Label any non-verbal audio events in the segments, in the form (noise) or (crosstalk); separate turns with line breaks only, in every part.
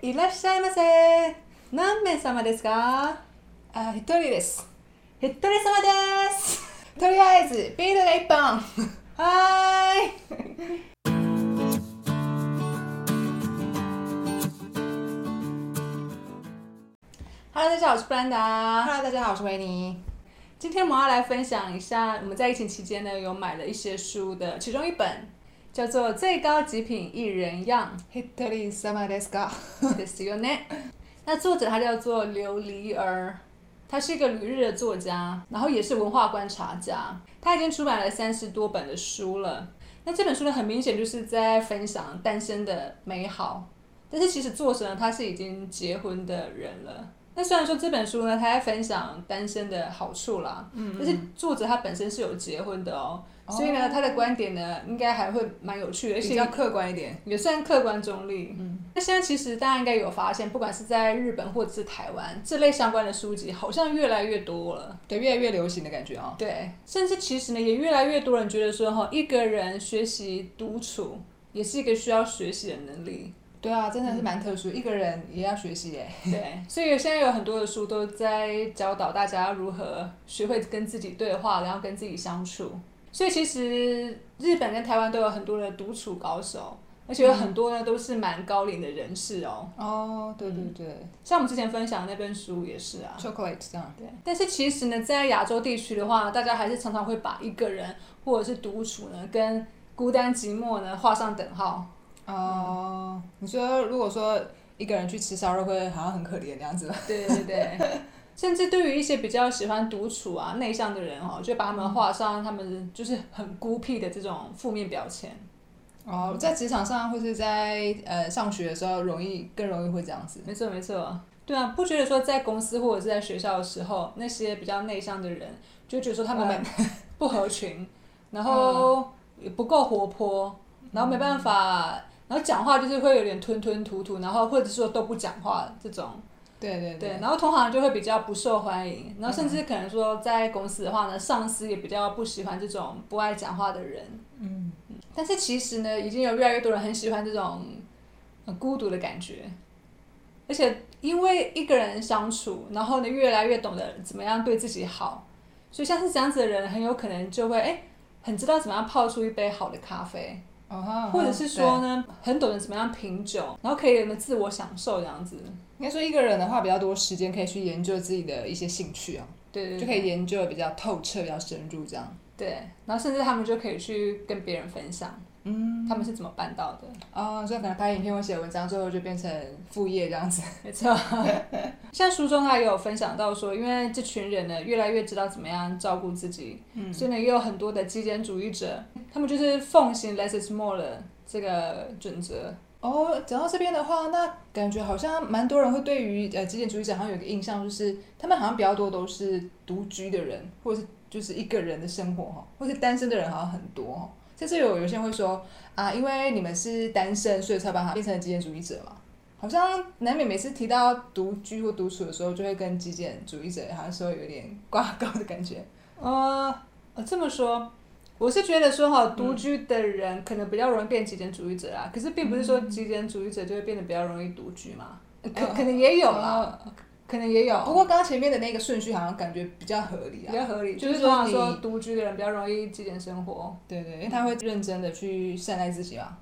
いらっしゃいませ。何名様ですか
あ、一人です。
一人様です。
とりあえず、ビールが一本。
はーい。Hello，大家好，我是布兰达。
Hello，大家好，我是维尼。
今天我们要来分享一下我们在疫情期间呢有买了一些书的，其中一本叫做《最高极品一人样》。
一人様ですか？
ですよね。那作者他叫做琉璃儿，他是一个旅日的作家，然后也是文化观察家。他已经出版了三十多本的书了。那这本书呢，很明显就是在分享单身的美好，但是其实作者呢，他是已经结婚的人了。那虽然说这本书呢，他在分享单身的好处啦，嗯但是作者他本身是有结婚的哦，
哦
所以呢，他的观点呢，应该还会蛮有趣的，而且
比较客观一点。
也算客观中立。
嗯，
那现在其实大家应该有发现，不管是在日本或者是台湾，这类相关的书籍好像越来越多了。
(laughs) 对，越来越流行的感觉啊、
对，甚至其实呢，也越来越多人觉得说，哈，一个人学习独处也是一个需要学习的能力。
对啊，真的是蛮特殊，一个人也要学习耶。
对，所以现在有很多的书都在教导大家如何学会跟自己对话，然后跟自己相处。所以其实日本跟台湾都有很多的独处高手，而且有很多呢都是蛮高龄的人士哦。
哦，对对对、
像我们之前分享的那本书也是啊。
c h o c o l a t e 这样。
对，但是其实呢，在亚洲地区的话，大家还是常常会把一个人或者是独处呢，跟孤单寂寞呢画上等号。
哦、你说如果说一个人去吃烧肉会好像很可怜那样子吧？
对对对， (laughs) 甚至对于一些比较喜欢独处啊、内向的人哦，就把他们画上他们就是很孤僻的这种负面标签。嗯
哦，在职场上或是在呃上学的时候，容易更容易会这样子。
没错没错，对啊，不觉得说在公司或者是在学校的时候，那些比较内向的人就觉得说他们不合群，然后也不够活泼，然后没办法，然后讲话就是会有点吞吞吐吐，然后或者说都不讲话这种，
对对
对，然后同行就会比较不受欢迎，然后甚至可能说在公司的话呢，上司也比较不喜欢这种不爱讲话的人，
嗯，
但是其实呢，已经有越来越多人很喜欢这种很孤独的感觉，而且因为一个人相处，然后呢，越来越懂得怎么样对自己好，所以像是这样子的人，很有可能就会哎、诶很知道怎么样泡出一杯好的咖啡，
哦哈，
或者是说呢，很懂得怎么样品酒，然后可以呢自我享受这样子，
应该说一个人的话，比较多时间可以去研究自己的一些兴趣啊，
对对
就
对
可以研究的比较透彻、比较深入这样。
对，然后甚至他们就可以去跟别人分享
嗯，
他们是怎么办到的。
哦，所以可能拍影片或写文章，最后就变成副业这样子。
没错， (laughs) 像书中他也有分享到说，因为这群人呢越来越知道怎么样照顾自己，
嗯
所以呢也有很多的极简主义者，他们就是奉行 less is more 的这个准则。
哦，讲到这边的话，那感觉好像蛮多人会对于呃极简主义者好像有一个印象，就是他们好像比较多都是独居的人，或者是就是一个人的生活哈，或是单身的人好像很多哦。甚至有有些人会说啊，因为你们是单身，所以才把它变成极简主义者嘛。好像难免每次提到独居或独处的时候，就会跟极简主义者好像说有点挂钩的感觉。
呃，呃这么说，我是觉得说哈，
嗯
独居的人可能比较容易变极简主义者啊，可是并不是
嗯
说极简主义者就会变得比较容易独居嘛，
呃
可可能也有啦，可能也有，
不过刚刚前面的那个顺序好像感觉比较合理
比
啊。
较合理，
就
就是是通常
说
说
你
独居的人比较容易极简生活。
对对，因为他会认真的去善待自己啊嘛。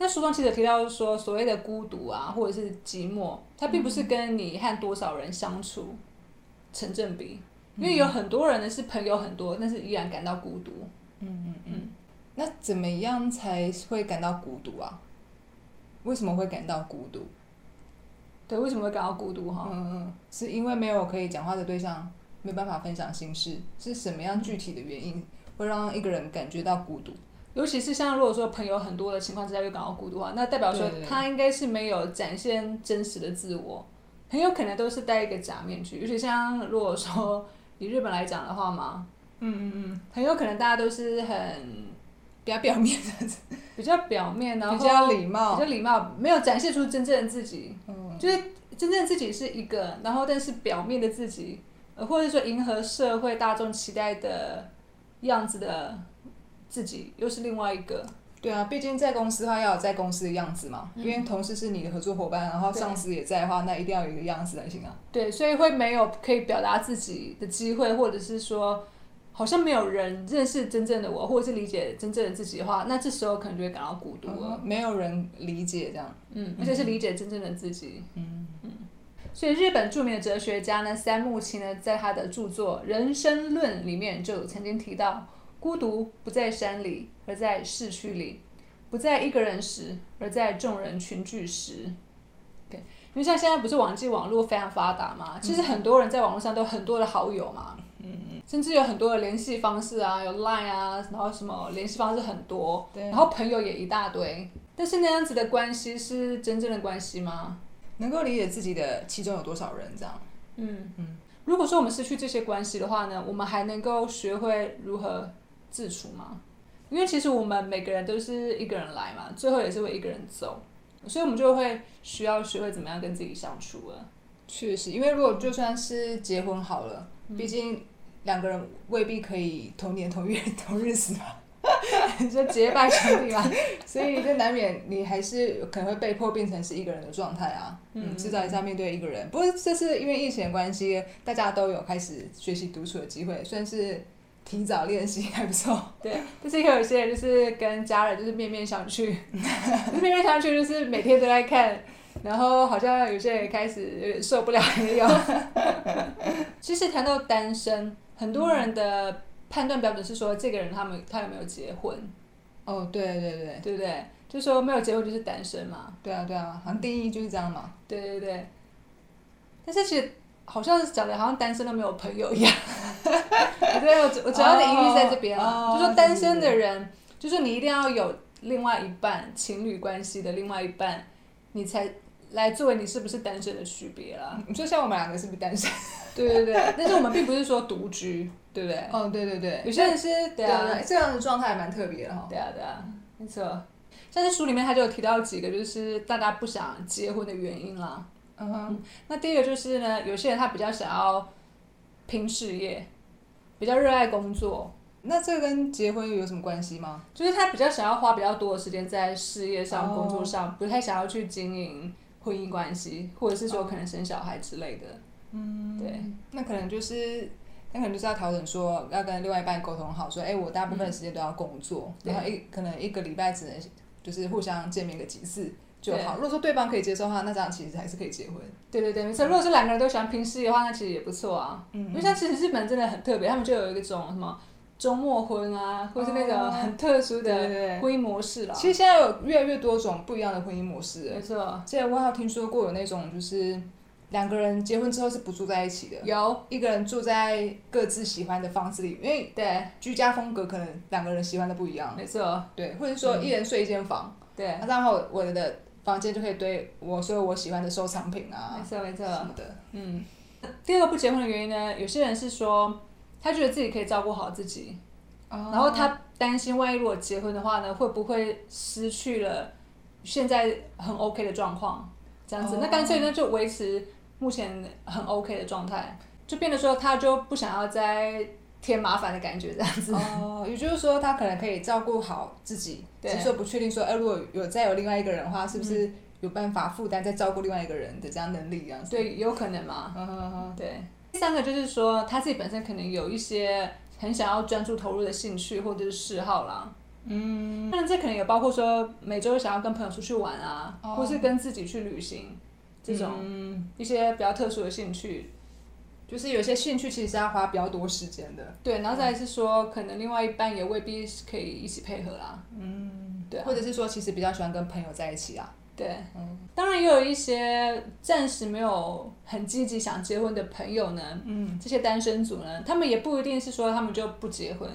那书中其实有提到说，所谓的孤独啊，或者是寂寞，它并不是
嗯
跟你和多少人相处成正比，因
嗯
为有很多人呢是朋友很多，但是依然感到孤独。嗯
嗯那怎么样才会感到孤独啊？为什么会感到孤独？
对，为什么会感到孤独？哈、
嗯嗯，是因为没有可以讲话的对象，没办法分享心事，是什么样具体的原因会让一个人感觉到孤独？
尤其是像如果说朋友很多的情况之下又感到孤独啊，那代表说
对对对
他应该是没有展现真实的自我，很有可能都是戴一个假面具。尤其像如果说以日本来讲的话嘛，嗯嗯嗯，很有可能大家都是很
比较表面的，
比较表面，然后
比较礼貌
比。较礼貌，没有展现出真正的自己，
嗯
就是真正的自己是一个，然后但是表面的自己，呃，或者说迎合社会大众期待的样子的自己，又是另外一个。
对啊，毕竟在公司的话要有在公司的样子嘛，
嗯
因为同事是你的合作伙伴，然后
对
上司也在的话，那一定要有一个样子才行啊。
对，所以会没有可以表达自己的机会，或者是说，好像没有人认识真正的我，或者是理解真正的自己的话，那这时候可能就会感到孤独了。
没有人理解这样，
嗯，而且是理解真正的自己。
嗯，
所以日本著名的哲学家呢，三木清呢，在他的著作《人生论》里面就有曾经提到，孤独不在山里，而在市区里；不在一个人时，而在众人群聚时。对，因为像现在不是网际网络非常发达嘛，其实很多人在网络上都有很多的好友嘛，嗯，甚至有很多的联系方式啊，有 Line 啊，然后什么联系方式很多，
对
然，后朋友也一大堆。但是那样子的关系是真正的关系吗？
能够理解自己的其中有多少人这样，
嗯
嗯，
如果说我们失去这些关系的话呢，我们还能够学会如何自处吗？因为其实我们每个人都是一个人来嘛，最后也是会一个人走，所以我们就会需要学会怎么样跟自己相处了。 (laughs)
确实，因为如果就算是结婚好了，毕竟两个人未必可以同年同月 (laughs) 同日死嘛，
你说结拜兄弟嘛，
所以这难免你还是可能会被迫变成是一个人的状态啊，
嗯
嗯，至少也是要面对一个人。不过这是因为疫情的关系，大家都有开始学习独处的机会，算是提早练习，还不错。
对。但是也有些人就是跟家人就是面面相觑，就是面面相觑，就是每天都在看，然后好像有些人开始有点受不了也有。其实谈到单身，很多人的判断标准是说这个人他们他有没有结婚，
哦，对对对，
对不对？就说没有结婚就是单身嘛，
对啊对啊，好像定义就是这样嘛。
对对对。但是其实好像是讲的好像单身都没有朋友一样， (laughs) 对，我主我主要的隐喻在这边啊
哦
就说单身的人，就说你一定要有另外一半情侣关系的另外一半，你才来作为你是不是单身的区别啦。
你说像我们两个是不是单身？
(laughs) 对对对，但是我们并不是说独居，对不对？
哦，对对对，
有些人是对啊，
对，这样的状态还蛮特别的哈。
对啊，对啊，没错。像是书里面他就有提到几个，就是大家不想结婚的原因啦。
嗯哼，
那第一个就是呢，有些人他比较想要拼事业，比较热爱工作，
那这跟结婚有什么关系吗？
就是他比较想要花比较多的时间在事业上、
哦
工作上，不太想要去经营婚姻关系，或者是说可能生小孩之类的。嗯，对。
那可能就是，那可能就是要调整说，要跟另外一半沟通好，说，哎、我大部分的时间都要工作，
对
然后一可能一个礼拜只能就是互相见面个几次就好。如果说对方可以接受的话，那这样其实还是可以结婚。
对对对，没错。如果是两个人都喜欢拼事业的话，那其实也不错啊。
嗯
因为像其实日本真的很特别，他们就有一种什么周末婚啊，或是那种
哦
很特殊
对
的
对对
婚姻模式啦。
其实现在有越来越多种不一样的婚姻模式了
没。错，
之前我还有听说过有那种就是两个人结婚之后是不住在一起的，
有
一个人住在各自喜欢的房子里，因为
对，
居家风格可能两个人喜欢的不一样，
没错，
对，或者说一人睡一间房，
对，
那这样的话我我的房间就可以堆我所有我喜欢的收藏品
没
啊
错没错。
什么的，
嗯， (laughs) 第二个不结婚的原因呢，有些人是说他觉得自己可以照顾好自己，
然
然后他担心万一如果结婚的话呢，会不会失去了现在很 OK 的状况？这样子，
哦
那干脆呢就维持目前很 OK 的状态，就变得说他就不想要再添麻烦的感觉，这
(laughs)
样子。
哦，也就是说他可能可以照顾好自己，
对
只是说不确定说，哎、如果有再有另外一个人的话，是不是有办法负担再照顾另外一个人的这样能力这样子？
对，有可能嘛？
嗯哼哼
对。第三个就是说他自己本身可能有一些很想要专注投入的兴趣或者是嗜好啦，
嗯，
那这可能也包括说每周想要跟朋友出去玩啊，
哦
或是跟自己去旅行，这种
嗯
一些比较特殊的兴趣。
就是有些兴趣其实是要花比较多时间的，
对，然后再来是说，可能另外一半也未必是可以一起配合啦。嗯，对啊、
或者是说其实比较喜欢跟朋友在一起啊。
对，当然也有一些暂时没有很积极想结婚的朋友呢，
嗯，
这些单身族呢，他们也不一定是说他们就不结婚，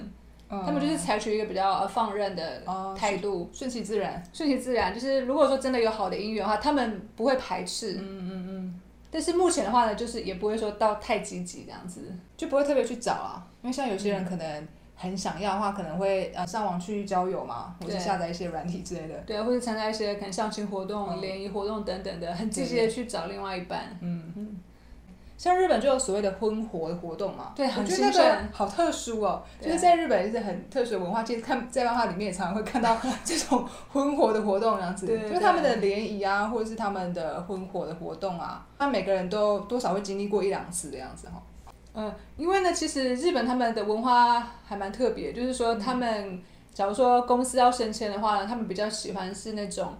嗯
他们就是采取一个比较呃放任的
哦
态度，
顺其自然。
顺其自然，就是如果说真的有好的姻缘的话，他们不会排斥。嗯嗯嗯。但是目前的话呢，就是也不会说到太积极这样子。
就不会特别去找啊，因为像有些
嗯
人可能很想要的话，可能会呃上网去交友嘛，或
对
是下载一些软体之类的。
对，啊或者参加一些可能相亲活动、
嗯
联谊活动等等的，很积极的去找另外一半。嗯嗯。
像日本就有所谓的婚活的活动嘛，
对
我
很
觉得那
兴
个
盛
好特殊哦，
对
就是在日本也是很特殊的文化，其实看在漫画里面也常常会
(laughs)
看到这种婚活的活动这样子，
对对
就是他们的联谊啊，或者是他们的婚活的活动啊，那每个人都多少会经历过一两次的样子哈、
嗯，因为呢，其实日本他们的文化还蛮特别，就是说他们假如说公司要升迁的话呢，他们比较喜欢是那种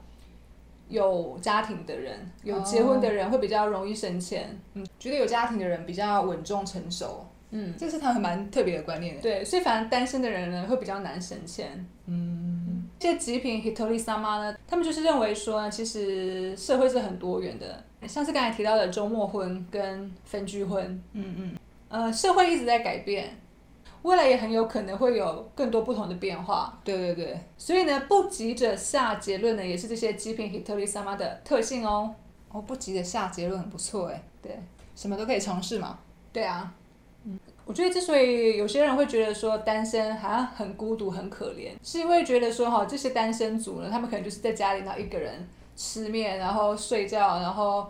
有家庭的人，有结婚的人会比较容易升迁。
嗯，觉得有家庭的人比较稳重成熟，
嗯，
这是他们蛮特别的观念的。
对，所以反正单身的人呢会比较难升迁。嗯，这极品 Hitori sama 呢，他们就是认为说呢，其实社会是很多元的，像是刚才提到的周末婚跟分居婚，
嗯嗯，
呃，社会一直在改变，未来也很有可能会有更多不同的变化。
对对对，
所以呢，不急着下结论呢，也是这些极品 Hitori sama 的特性哦。
哦，不急着下结论很不错哎，
对，
什么都可以尝试嘛。
对啊，嗯，我觉得之所以有些人会觉得说单身好像很孤独、很可怜，是因为觉得说哈，这些单身族呢，他们可能就是在家里然后一个人吃面，然后睡觉，然后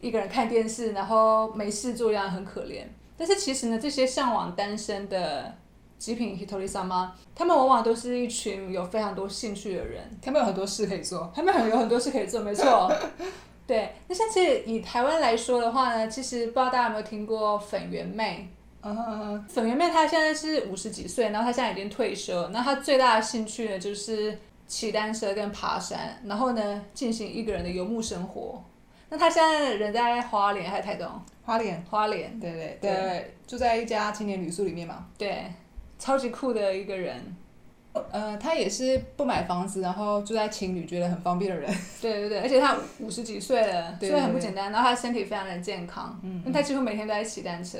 一个人看电视，然后没事做，这样很可怜。但是其实呢，这些向往单身的极品 hitori sama，他们往往都是一群有非常多兴趣的人，
他们有很多事可以做，
他们很有很多事可以做，没错。对，那像其实以台湾来说的话呢，其实不知道大家有没有听过粉圆妹，
嗯，
粉圆妹她现在是五十几岁，然后她现在已经退休，那她最大的兴趣呢就是骑单车跟爬山，然后呢进行一个人的游牧生活。那她现在人在花莲还是台东？
花莲，
花莲，
对对
对
对，住在一家青年旅宿里面嘛。
对，超级酷的一个人。
呃，他也是不买房子，然后住在情侣，觉得很方便的人。
对对对，而且她五十几岁了，
对
所以很不简单。然后她身体非常的健康，
嗯
因为她几乎每天都在骑单车。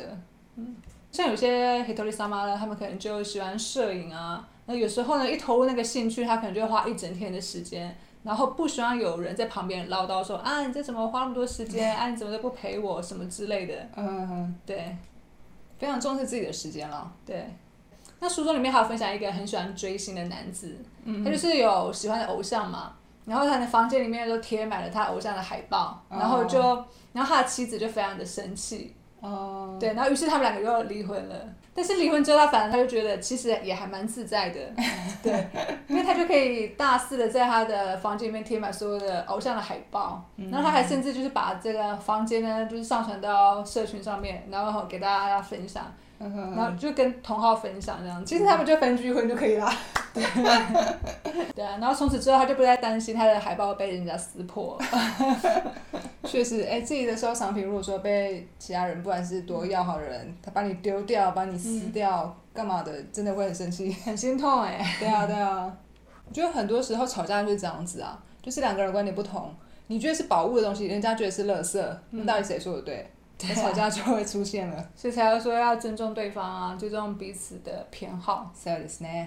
像有些 hitori sama 呢，他们可能就喜欢摄影啊，那有时候呢，一投入那个兴趣，他可能就会花一整天的时间，然后不希望有人在旁边唠叨说啊，你这怎么花那么多时
(laughs)
间啊，你怎么都不陪我什么之类的。
嗯，
对
非常重视自己的时间了。
对。那书中里面还有分享一个很喜欢追星的男子，
嗯
他就是有喜欢的偶像嘛，然后他的房间里面都贴满了他偶像的海报，
哦
然后就，然后他的妻子就非常的生气，
哦，
对，然后于是他们两个就离婚了。但是离婚之后，他反而他就觉得其实也还蛮自在的，
嗯
对，因为他就可以大肆的在他的房间里面贴满所有的偶像的海报，
嗯
然后他还甚至就是把这个房间呢，就是上传到社群上面，然后给大家分享，
嗯
然后
哼，
就跟同好分享这样子。
其实他们就分居婚就可以 (laughs) 啦。
对啊，然后从此之后他就不再担心他的海报被人家撕破。
确实，哎，自己的收藏品如果说被其他人，不管是多要好的人，他把你丢掉，把你撕掉，干嘛的，真的会很生气。
很心痛哎、
对啊，对啊，我觉得很多时候吵架就是这样子啊，就是两个人观点不同，你觉得是宝物的东西，人家觉得是垃圾，那
嗯
到底谁说的对？那、
啊
吵架就会出现了。
(laughs) 所以才要说要尊重对方啊，尊重彼此的偏好。
そうですね。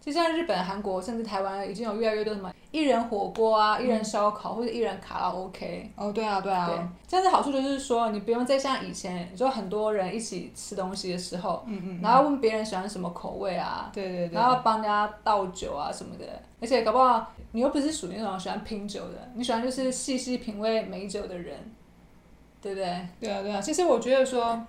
就像日本、韩国，甚至台湾，已经有越来越多什么一人火锅啊、一人烧烤或者一人卡拉 OK。
哦，对嗯啊，对
对
啊，，
这样的好处就是说，你不用再像以前，你说很多人一起吃东西的时候，
嗯嗯，
然后问别人喜欢什么口味啊，
对对对
然，后帮人家倒酒啊什么的，而且搞不好你又不是属于那种喜欢拼酒的，你喜欢就是细细品味美酒的人，对不对？
对啊，对啊。其实我觉得说，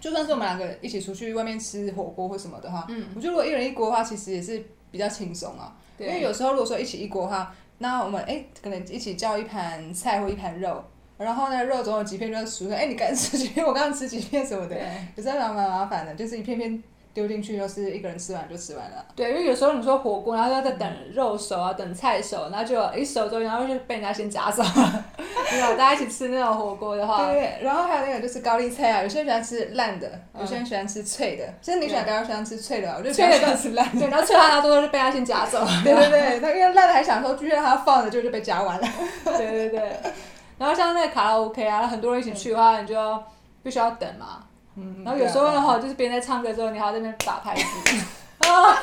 就算是我们两个一起出去外面吃火锅或什么的话，
嗯，
我觉得如果一人一锅的话，其实也是比较轻松啊。因
对，
为有时候如果说一起一锅的话，那我们哎、可能一起叫一盘菜或一盘肉，然后呢肉总有几片就是熟的，哎、你刚吃几片，我刚吃几片什 (laughs) 么的，
对。
可是还蛮蛮麻烦的，就是一片片丢进去，就是一个人吃完就吃完了。
对，因为有时候你说火锅，然后要在等肉熟啊，等菜熟，然后就一熟之后，然后就被人家先夹走了。 (laughs) 没有，大家一起吃那种火锅的话
对，对，对然后还有那个就是高丽菜啊，有些人喜欢吃烂的，
嗯
有些人喜欢吃脆的。其实你喜欢
对
刚刚喜欢吃 (laughs) 脆的啊，我就
脆的
喜欢吃烂的。
(laughs) 对，然后吃完他多多就被他先夹走了。
对对对，他因为烂的还想说居然他放着就就被夹完了。
(laughs) 对对对。然后像那个卡拉 OK 啊，很多人一起去的话，你就必须要等嘛。
嗯
然后有时候的话，就是别人在唱歌之后，你还要在那边打拍
(laughs)
子。 (laughs) 啊，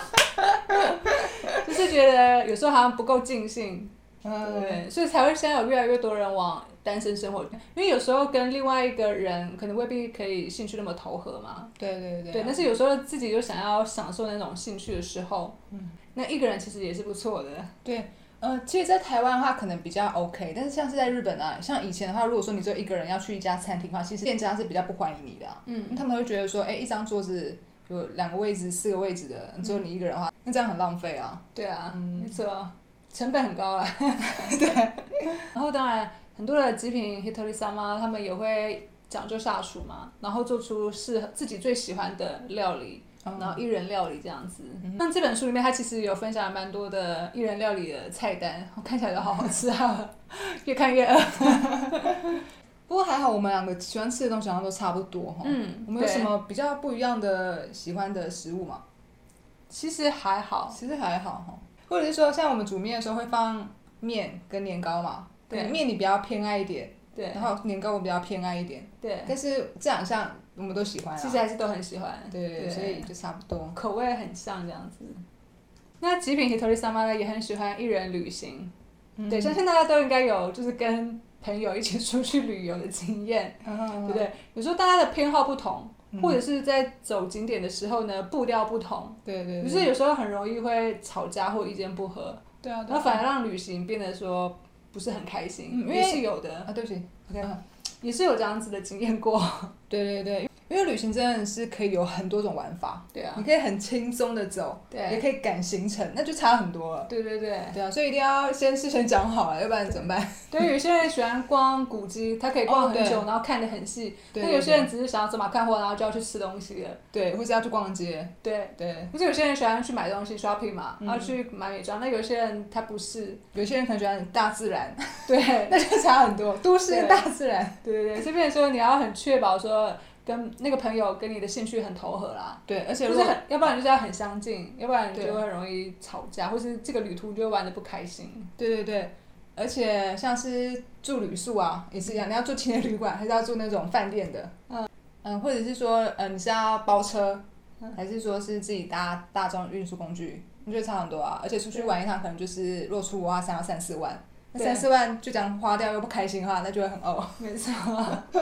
就是觉得有时候好像不够尽兴，
嗯，
对，所以才会现在有越来越多人往单身生活，因为有时候跟另外一个人可能未必可以兴趣那么投合嘛。
对对对啊
对，但是有时候自己就想要享受那种兴趣的时候，
嗯
那一个人其实也是不错的。
对，呃，其实，在台湾的话可能比较 OK，但是像是在日本啊，像以前的话，如果说你只有一个人要去一家餐厅的话，其实店家是比较不欢迎你的、啊，因为
嗯，
他们会觉得说，哎、一张桌子有两个位置、四个位置的，只有你一个人的话，那这样很浪费啊。
对啊，
嗯
没错，成本很高啊。 (laughs) 对，然后当然很多的极品 Hitori 萨妈他们也会讲究下厨嘛，然后做出适合自己最喜欢的料理。
嗯
然后一人料理这样子。那这本书里面，它其实有分享蛮多的一人料理的菜单， (laughs) 我看起来就好好吃啊， (laughs) 越看越饿。
不过还好，我们两个喜欢吃的东西好像都差不多哈。
嗯
我们有
对
什么比较不一样的喜欢的食物吗？
其实还好，
其实还好哈，或者是说，像我们煮面的时候会放面跟年糕嘛。
对
面你比较偏爱一点，
对
然后年糕我比较偏爱一点，
对，
但是这两项我们都喜欢啊。
其实还是都很喜欢。
对，
对
所以就差不多。
口味很像这样子。那极品 Hitori Sama 呢，也很喜欢一人旅行。对，相信大家都应该有就是跟朋友一起出去旅游的经验，对
嗯，
不对？有时候大家的偏好不同，
嗯
或者是在走景点的时候呢，步调不同，
对对，
于
对
是有时候很容易会吵架或意见不合，
对啊，对
然
啊
后反而让旅行变得说不是很开心，
嗯因为
也是有的，
啊，对不起，OK，
也是有这样子的经验 (laughs) 过。
对对对，因为旅行真的是可以有很多种玩法，
对啊
你，可以很轻松的走，也
对，
可以赶行程，那就差很多了。
对对对。
对啊，所以一定要先事先讲好了，啊要不然怎么办？
对，有些人喜欢逛古迹，他可以逛
哦
很
对
久，然后看得很细。
对
那有些人只是想要走马看花，然后就要去吃东西了。
对，或是要去逛街，
对，
对，
不是有些人喜欢去买东西 shopping 嘛，
嗯
然后去买美妆。那有些人他不是，
有些人很喜欢大自然，
(laughs)
(laughs)
对，对
那就差很多，都市跟
对
大自然。
对对，这边说你要很确保说跟那个朋友跟你的兴趣很投合啦。
对，而且
就
如
是
果
很，要不然就是要很相近，要不然你
对
就会很容易吵架，或是这个旅途就会玩的不开心。 (laughs)
对对对，而且像是住旅宿啊，也是一样，你要住青年旅馆，还是要住那种饭店的？
嗯
嗯，或者是说，呃，你是要包车
嗯，
还是说是自己搭大众运输工具？你觉得差很多啊？而且出去
对
玩一趟，可能就是若出国的话，三要三四万，那
对
三四万就这样花掉又不开心的话，那就会很呕。 (laughs)
没错。 (laughs)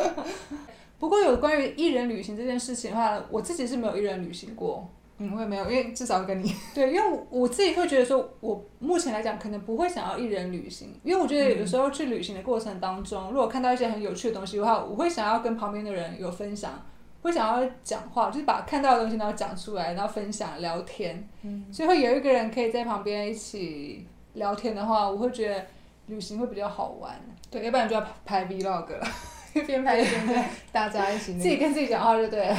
不过有关于一人旅行这件事情的话，我自己是没有一人旅行过。
嗯，我也没有，因为至少跟你，
对，因为我我自己会觉得说，我目前来讲可能不会想要一人旅行，因为我觉得有时候去旅行的过程当中，如果看到一些很有趣的东西的话，我会想要跟旁边的人有分享，会想要讲话，就是把看到的东西然后讲出来，然后分享聊天，
嗯，
所以会有一个人可以在旁边一起聊天的话，我会觉得旅行会比较好玩，
(laughs) 对，要不然就要拍 vlog 了， (laughs) 一边拍一边跟大家一起
自
那个。
己跟自己讲话就对了。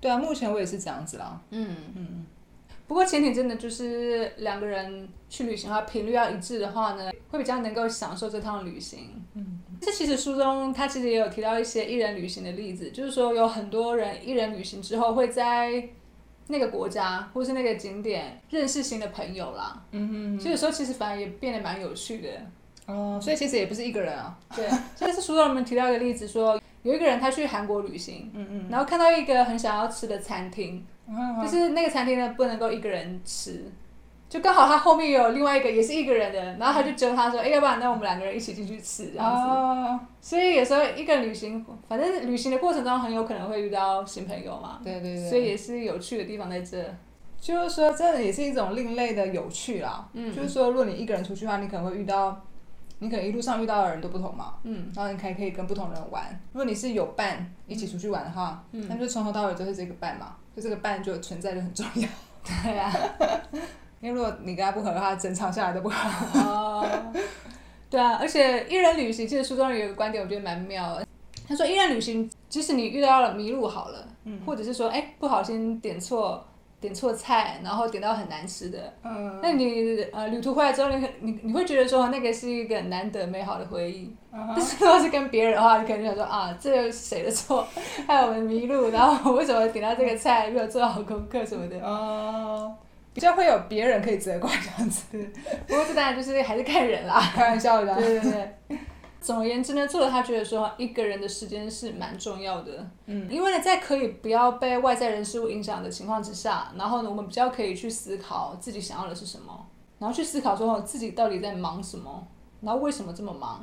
对啊，目前我也是这样子啦。
嗯，
嗯，
不过前提真的就是两个人去旅行的话，频率要一致的话呢，会比较能够享受这趟旅行。
嗯，
这其实书中他其实也有提到一些一人旅行的例子，就是说有很多人一人旅行之后会在那个国家或是那个景点认识新的朋友啦，
嗯
所以有时候其实反而也变得蛮有趣的。
哦，所以其实也不是一个人啊。
对，但是书中我们提到一个例子说有一个人他去韩国旅行，
嗯嗯，
然后看到一个很想要吃的餐厅，
嗯
就是那个餐厅呢不能够一个人吃，就刚好他后面有另外一个也是一个人的，然后他就揪他说，哎、要不然那我们两个人一起进去吃这样子。
嗯哦，
所以有时候一个人旅行，反正旅行的过程中很有可能会遇到新朋友嘛，
对对对，
所以也是有趣的地方在这。
就是说，这也是一种另类的有趣啦。
嗯
就是说，如果你一个人出去的话，你可能会遇到，你可能一路上遇到的人都不同嘛， (laughs)
嗯，
然后你还可以跟不同人玩。如果你是有伴一起出去玩的话，
嗯
那就从头到尾都是这个伴嘛，就这个伴就存在就很重要。
对啊，
因为如果你跟他不合的话，整场下来都不合。
哦，对啊，而且一人旅行，其实书中有一个观点，我觉得蛮妙的。他说，一人旅行，即使你遇到了迷路好了，
嗯
或者是说，哎、不小心点错点错菜，然后点到很难吃的，
嗯
那你呃旅途回来之后你，你你会觉得说那个是一个难得美好的回忆。
啊
但是如果是跟别人的话，你可能就想说啊，这又是谁的错？害我们迷路，然后我为什么点到这个菜没有做好功课什么的？
哦，比较会有别人可以责怪这样子，
不过这当然就是还是看人啦。
开玩笑的啊。
对对对。 (laughs) 总而言之呢，作者他觉得说一个人的时间是蛮重要的，
嗯，
因为呢，在可以不要被外在人事物影响的情况之下，然后呢，我们比较可以去思考自己想要的是什么，然后去思考说哦自己到底在忙什么，然后为什么这么忙，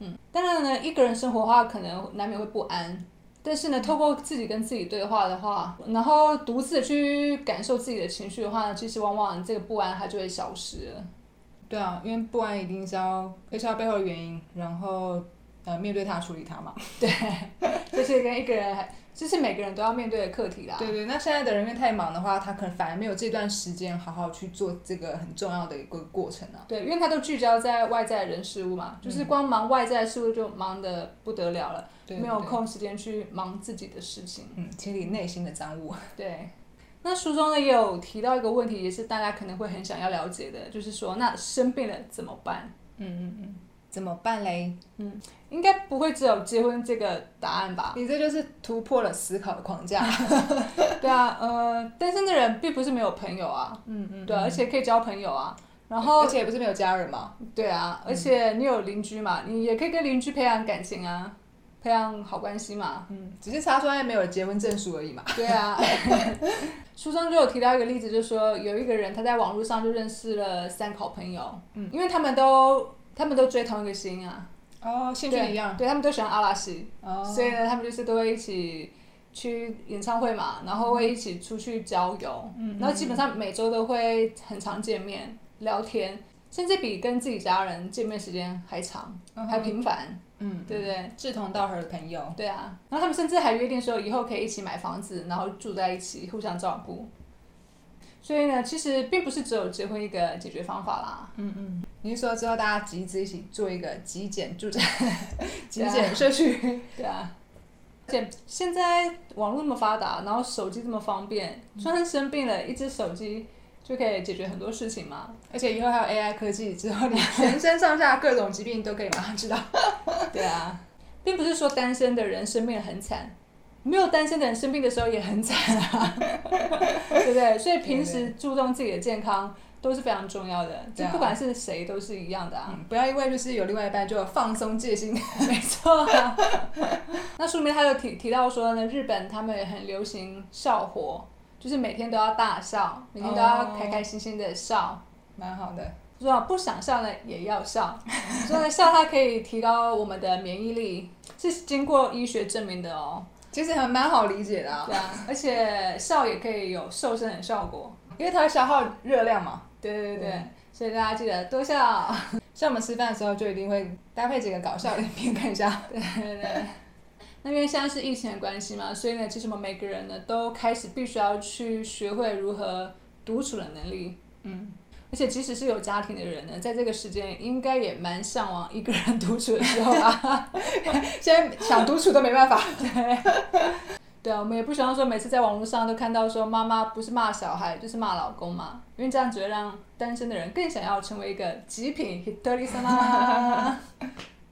嗯，当然呢，一个人生活的话，可能难免会不安。但是呢，透过自己跟自己对话的话，然后独自去感受自己的情绪的话呢，其实往往这个不安它就会消失了。
对啊，因为不然一定是要要知道背后的原因，然后呃面对它处理它嘛。
就是跟一个人还，就是每个人都要面对的课题啦。
对对，那现在的人因为太忙的话，他可能反而没有这段时间好好去做这个很重要的一个过程啊。
对，因为他都聚焦在外在人事物
嗯
嘛，就是光忙外在事物就忙得不得了了，
对
没有
对
空时间去忙自己的事情。
嗯，清理内心的脏物。
对，那书中呢也有提到一个问题，也是大家可能会很想要了解的，就是说那生病了怎么办？
嗯嗯嗯，怎么办嘞？
应该不会只有结婚这个答案
(laughs)
吧？
你这就是突破了思考的框 (laughs) 架。
对啊，呃，单身的人并不是没有朋友啊，
嗯嗯，
对啊、而且可以交朋友啊。然
而
后，
且也不是没有家人嘛。
对啊，而且你有邻居嘛，你也可以跟邻居培养感情啊，培养好关系嘛。
嗯，只是查出来没有结婚证书而已嘛。
对啊， (laughs) 书中就有提到一个例子，就是说有一个人他在网络上就认识了三个好朋友，
嗯，
因为他们都他们都追同一个星啊，
哦，兴趣一样。
对他们都喜欢阿拉西，
哦，
所以呢，他们就是都会一起去演唱会嘛，然后会一起出去郊游，
嗯
然后基本上每周都会很常见面聊天，甚至比跟自己家人见面时间还长，
嗯
还频繁，
嗯，
对不对？
志同道合的朋友。
对啊，然后他们甚至还约定说以后可以一起买房子，然后住在一起，互相照顾。所以呢，其实并不是只有结婚一个解决方法啦。
嗯嗯，你是说之后大家集资一起做一个极简住宅、极
对啊
简社区？
对啊，而且现在网络那么发达，然后手机这么方便，
嗯
就算是生病了，一只手机就可以解决很多事情嘛。
(laughs) 而且以后还有 AI 科技，之后你 (laughs) 全身上下各种疾病都可以马上知道。
对啊，并不是说单身的人生病得很惨，没有单身的人生病的时候也很惨啊， (laughs) 对不对？所以平时注重自己的健康都是非常重要的，就
对啊
不管是谁都是一样的啊。
(laughs) 嗯，不要因为就是有另外一半就放松戒心。
(laughs) 没错、啊。 (laughs) 那书里面他有提提到说呢，日本他们也很流行笑活，就是每天都要大笑，每天都要
哦
开开心心的笑。
蛮好的，
说啊不想笑呢也要
(laughs)
笑，说呢笑它可以提高我们的免疫力，是经过医学证明的哦。
其实还蛮好理解的啊，
对 (laughs) 啊，而且笑也可以有瘦身的效果。
因为它会消耗热量嘛。
对对对，
嗯
所以大家记得多笑。 (laughs)
像我们吃饭的时候就一定会搭配几个搞笑的影片看一下。
对对对。那因为现在是疫情的关系嘛，所以呢，其实我们每个人呢都开始必须要去学会如何独处的能力。
嗯，
而且即使是有家庭的人呢，在这个时间应该也蛮向往一个人独处的时候啊吧。
现在想独处都没办法。
(laughs) 对啊，我们也不希望说每次在网络上都看到说妈妈不是骂小孩就是骂老公嘛，因为这样只会让单身的人更想要成为一个极品 hitori 妈。